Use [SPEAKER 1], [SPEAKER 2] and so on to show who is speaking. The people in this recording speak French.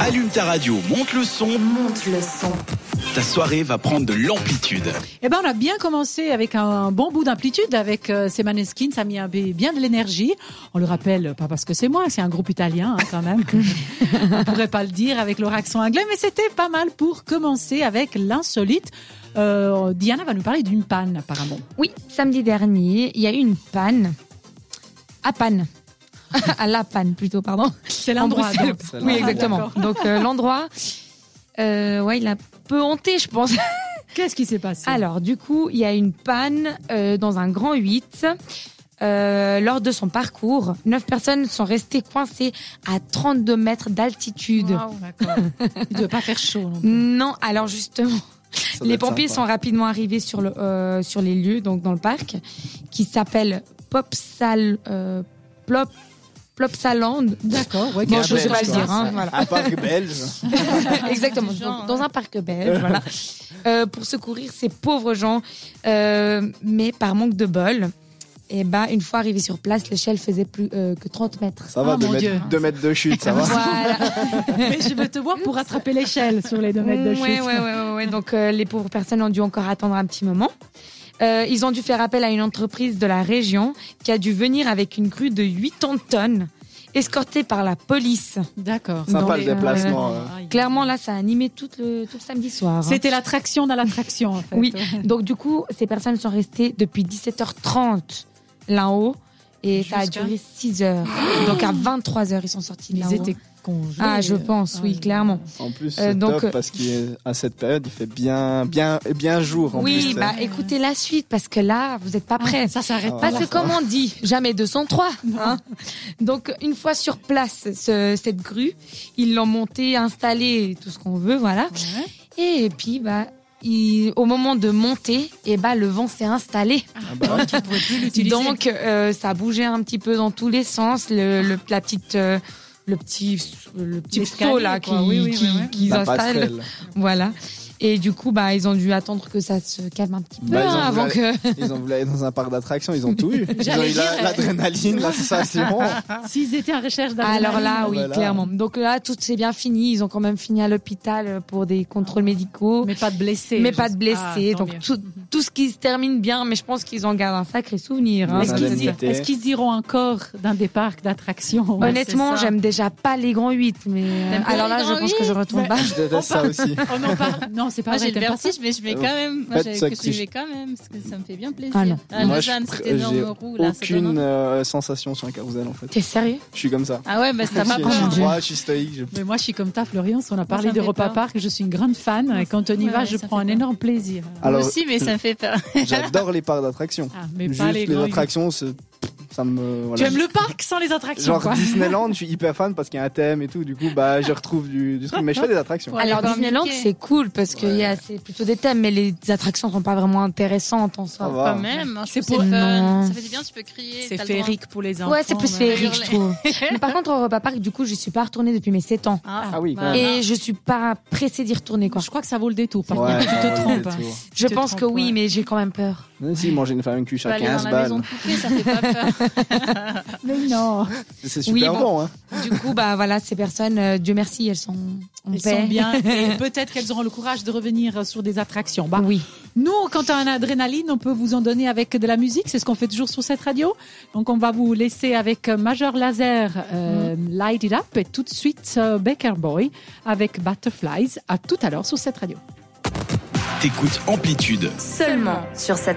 [SPEAKER 1] Allume ta radio, monte le son,
[SPEAKER 2] Monte le son.
[SPEAKER 1] ta soirée va prendre de l'amplitude.
[SPEAKER 3] Eh ben, on a bien commencé avec un bon bout d'amplitude avec euh, ces Maneskin. Ça a mis un bé- bien de l'énergie. On le rappelle, pas parce que c'est moi, c'est un groupe italien hein, quand même. on pourrait pas le dire avec leur accent anglais, mais c'était pas mal pour commencer avec l'insolite. Euh, Diana va nous parler d'une panne apparemment.
[SPEAKER 4] Oui, samedi dernier, il y a eu une panne. À panne. à la panne, plutôt, pardon.
[SPEAKER 3] C'est
[SPEAKER 4] En
[SPEAKER 3] l'endroit.
[SPEAKER 4] Bruxelles.
[SPEAKER 3] donc.
[SPEAKER 4] Oui, exactement. Donc, euh, l'endroit, euh, ouais, il a peu hanté, je pense.
[SPEAKER 3] Qu'est-ce qui s'est passé
[SPEAKER 4] Alors, du coup, il y a une panne euh, dans un grand 8. Euh, lors de son parcours, neuf personnes sont restées coincées à 32 mètres d'altitude.
[SPEAKER 3] Waouh, d'accord. Mm. Il ne devait pas faire chaud. non plus.
[SPEAKER 4] Non, alors justement, les pompiers sont rapidement arrivés sur, le, euh, sur les lieux, donc dans le parc, qui s'appelle Popsal, euh, Plop, Plopsaland.
[SPEAKER 3] D'accord. Ouais,
[SPEAKER 4] Bon,
[SPEAKER 3] quelque
[SPEAKER 4] je sais
[SPEAKER 3] chose
[SPEAKER 4] pas le
[SPEAKER 3] comme
[SPEAKER 4] dire.
[SPEAKER 3] ça.
[SPEAKER 4] hein, voilà. hein.
[SPEAKER 5] Un parc belge.
[SPEAKER 4] Exactement.
[SPEAKER 3] Des gens,
[SPEAKER 4] dans dans un parc belge, voilà. Euh, pour secourir ces pauvres gens, euh, mais par manque de bol. Et bah, une fois arrivés sur place, l'échelle faisait plus euh, que 30 mètres.
[SPEAKER 5] Ça va,
[SPEAKER 3] Ah,
[SPEAKER 5] 2
[SPEAKER 3] mon Dieu.
[SPEAKER 5] mètres, deux mètres de chute, ça va.
[SPEAKER 4] Euh, Voilà.
[SPEAKER 3] Mais je veux te voir pour rattraper l'échelle sur les deux mètres de chute.
[SPEAKER 4] Ouais, ouais, ouais, ouais, ouais. Donc, euh, les pauvres personnes ont dû encore attendre un petit moment. Euh, ils ont dû faire appel à une entreprise de la région qui a dû venir avec une crue de 80 tonnes, escortée par la police.
[SPEAKER 3] D'accord.
[SPEAKER 5] Sympa
[SPEAKER 3] Dans
[SPEAKER 5] le déplacement, euh.
[SPEAKER 3] Aïe.
[SPEAKER 4] Clairement, là, ça a animé tout le, tout le samedi soir. hein.
[SPEAKER 3] C'était l'attraction dans l'attraction, en fait.
[SPEAKER 4] Oui. Donc du coup, ces personnes sont restées depuis 17h30 là-haut et ça a
[SPEAKER 3] Jusqu'à
[SPEAKER 4] duré 6 heures. Donc à 23 heures, ils sont sortis de
[SPEAKER 3] Ils
[SPEAKER 4] là-haut.
[SPEAKER 3] étaient congelés.
[SPEAKER 4] Ah, je pense, oui,
[SPEAKER 3] Ah,
[SPEAKER 4] clairement.
[SPEAKER 5] En plus,
[SPEAKER 4] Euh,
[SPEAKER 5] c'est
[SPEAKER 4] donc, euh,
[SPEAKER 5] top parce qu'à cette période, il fait bien, bien, bien jour. En
[SPEAKER 4] Oui,
[SPEAKER 5] plus, hein.
[SPEAKER 4] bah écoutez la suite parce que là, vous n'êtes pas prêts.
[SPEAKER 3] ça s'arrête
[SPEAKER 5] Ah,
[SPEAKER 3] pas.
[SPEAKER 4] Parce que comme on dit, jamais 203. hein. Donc une fois sur place, ce- cette grue, ils l'ont montée, installée, tout ce qu'on veut, voilà.
[SPEAKER 3] Ouais.
[SPEAKER 4] Et puis bah il- au moment de monter, et bah le vent s'est installé.
[SPEAKER 5] Ah bah,
[SPEAKER 3] Donc, ils pouvaient plus l'utiliser.
[SPEAKER 4] Donc euh, ça bougeait un petit peu dans tous les sens, le, le- la petite euh, le petit le petit
[SPEAKER 3] L'escalier,
[SPEAKER 4] saut là qui
[SPEAKER 3] quoi. Oui, oui,
[SPEAKER 4] qui-
[SPEAKER 3] oui, oui.
[SPEAKER 4] qu'ils
[SPEAKER 5] la
[SPEAKER 4] installent,
[SPEAKER 5] passerelle.
[SPEAKER 4] voilà. Et du coup bah ils ont dû attendre que ça se calme un petit peu
[SPEAKER 5] Bah, ils
[SPEAKER 4] hein,
[SPEAKER 5] ont
[SPEAKER 4] avant
[SPEAKER 5] voulu
[SPEAKER 4] que
[SPEAKER 5] Ils ont voulu aller dans un parc d'attractions, ils ont tout eu. Ils ont
[SPEAKER 3] J'allais
[SPEAKER 5] eu la-
[SPEAKER 3] dire, euh,
[SPEAKER 5] l'adrénaline, la sensation.
[SPEAKER 3] s'ils étaient en recherche d'adrénaline.
[SPEAKER 4] alors là oui
[SPEAKER 5] Voilà.
[SPEAKER 4] clairement. Donc là tout s'est bien fini, ils ont quand même fini à l'hôpital euh, pour des contrôles médicaux.
[SPEAKER 3] Mais pas de blessés.
[SPEAKER 4] oh. Mais pas de
[SPEAKER 3] j'espère.
[SPEAKER 4] blessés,
[SPEAKER 3] Ah, tant
[SPEAKER 4] donc
[SPEAKER 3] mieux.
[SPEAKER 4] tout, tout ce qui se termine bien, mais je pense qu'ils en gardent un sacré souvenir. hein.
[SPEAKER 5] Mais
[SPEAKER 3] Est-ce qu'ils
[SPEAKER 5] indemnités.
[SPEAKER 3] y- est-ce qu'ils iront encore dans des parcs d'attractions
[SPEAKER 6] Ouais,
[SPEAKER 4] Honnêtement,
[SPEAKER 6] c'est ça.
[SPEAKER 4] j'aime déjà pas les grands 8, mais euh,
[SPEAKER 6] T'aimes pas
[SPEAKER 4] alors
[SPEAKER 6] les
[SPEAKER 4] là, je
[SPEAKER 6] grands
[SPEAKER 4] pense que je retourne pas.
[SPEAKER 5] Je déteste ça aussi.
[SPEAKER 3] On en parle. Oh, Non, c'est pas
[SPEAKER 6] Moi
[SPEAKER 3] vrai.
[SPEAKER 6] j'ai le
[SPEAKER 3] t'aimes pas ça
[SPEAKER 6] vertige, mais je vais quand même. Moi
[SPEAKER 5] Euh, Pas de
[SPEAKER 6] j'ai- que
[SPEAKER 5] vertige.
[SPEAKER 6] je vais quand même, parce que ça me fait bien plaisir.
[SPEAKER 4] Ah non.
[SPEAKER 6] Ah,
[SPEAKER 5] Moi, je
[SPEAKER 6] Lausanne,
[SPEAKER 5] pr-
[SPEAKER 6] cette énorme
[SPEAKER 5] j'ai
[SPEAKER 6] roue là, ça donne
[SPEAKER 5] Aucune
[SPEAKER 6] envie.
[SPEAKER 5] euh, sensation sur un carousel en fait.
[SPEAKER 4] T'es sérieux
[SPEAKER 5] Je suis comme ça.
[SPEAKER 6] Ah ouais, bah ça
[SPEAKER 5] je,
[SPEAKER 6] va
[SPEAKER 5] suis-
[SPEAKER 6] pas.
[SPEAKER 5] je suis
[SPEAKER 6] hein.
[SPEAKER 5] droit, je suis stoïque. je-
[SPEAKER 3] Mais moi, je suis comme ta, Florian. On a parlé
[SPEAKER 6] me
[SPEAKER 3] de
[SPEAKER 6] fait
[SPEAKER 3] repas
[SPEAKER 6] peur.
[SPEAKER 3] parc. Je suis une grande fan. Et quand on y
[SPEAKER 6] Ouais,
[SPEAKER 3] va,
[SPEAKER 6] ouais,
[SPEAKER 3] je
[SPEAKER 6] ça
[SPEAKER 3] prends
[SPEAKER 6] fait
[SPEAKER 3] un
[SPEAKER 6] peur.
[SPEAKER 3] énorme plaisir.
[SPEAKER 6] Moi
[SPEAKER 5] Alors,
[SPEAKER 6] aussi, mais ça me fait peur.
[SPEAKER 5] j'adore les parcs d'attractions.
[SPEAKER 3] Ah, mais
[SPEAKER 5] Juste
[SPEAKER 3] pas les
[SPEAKER 5] les
[SPEAKER 3] grands.
[SPEAKER 5] attractions, c'est- ça me. voilà,
[SPEAKER 3] Tu aimes
[SPEAKER 5] je-
[SPEAKER 3] le parc sans les attractions,
[SPEAKER 5] Genre
[SPEAKER 3] quoi.
[SPEAKER 5] Disneyland, je suis hyper fan parce qu'il y a un thème et tout. Du coup, bah, je retrouve du, du truc, mais je fais des attractions.
[SPEAKER 6] Ouais.
[SPEAKER 4] Alors
[SPEAKER 6] les
[SPEAKER 4] Disneyland,
[SPEAKER 6] Mickey.
[SPEAKER 4] c'est cool parce que y a- c'est plutôt des thèmes, mais les attractions sont pas vraiment intéressantes en
[SPEAKER 3] Ah
[SPEAKER 5] Ça
[SPEAKER 3] bah.
[SPEAKER 4] soi.
[SPEAKER 5] va.
[SPEAKER 6] Quand même, hein, je
[SPEAKER 3] C'est
[SPEAKER 6] trouve
[SPEAKER 3] pour-
[SPEAKER 6] que c'est fun.
[SPEAKER 4] Non.
[SPEAKER 6] Ça fait du bien, tu peux crier.
[SPEAKER 3] C'est
[SPEAKER 6] t'as le droit.
[SPEAKER 3] féerique pour les enfants.
[SPEAKER 4] Ouais, c'est plus
[SPEAKER 3] hein.
[SPEAKER 4] féerique, je trouve.
[SPEAKER 6] hurler.
[SPEAKER 4] mais par contre, au repas parc, du coup, je suis pas retournée depuis mes 7 ans.
[SPEAKER 5] Ah oui, quand
[SPEAKER 6] bah,
[SPEAKER 5] même.
[SPEAKER 4] Et je suis pas pressée d'y retourner, quoi.
[SPEAKER 3] Je crois que ça vaut le détour. Par
[SPEAKER 5] Ouais,
[SPEAKER 3] contre, tu
[SPEAKER 5] ça
[SPEAKER 3] te
[SPEAKER 5] vaut le
[SPEAKER 3] trompes. hein.
[SPEAKER 5] détour.
[SPEAKER 4] Je
[SPEAKER 3] te
[SPEAKER 4] pense que
[SPEAKER 3] trompes,
[SPEAKER 4] oui,
[SPEAKER 3] ouais.
[SPEAKER 4] mais j'ai quand même peur.
[SPEAKER 5] Mais si, manger une femme cuche
[SPEAKER 6] tu peux
[SPEAKER 5] à
[SPEAKER 6] aller dans
[SPEAKER 5] 15
[SPEAKER 6] la
[SPEAKER 5] balles.
[SPEAKER 6] maison de poupée, ça fait pas peur.
[SPEAKER 3] Mais non.
[SPEAKER 5] C'est
[SPEAKER 4] Oui,
[SPEAKER 5] super
[SPEAKER 4] bon.
[SPEAKER 5] bon, hein.
[SPEAKER 4] Du coup, bah voilà, ces personnes, euh, Dieu merci, elles sont en
[SPEAKER 3] Ils
[SPEAKER 4] paix.
[SPEAKER 3] sont bien. Et peut-être qu'elles auront le courage de revenir sur des attractions. Bah,
[SPEAKER 4] Oui.
[SPEAKER 3] nous, quand on a un adrénaline, on peut vous en donner avec de la musique. C'est ce qu'on fait toujours sur cette radio. Donc, on va vous laisser avec Major Laser, euh, Light It Up, et tout de suite euh, Baker Boy avec Butterflies. À tout à l'heure sur cette radio.
[SPEAKER 1] T'écoutes Amplitude.
[SPEAKER 2] Seulement sur cette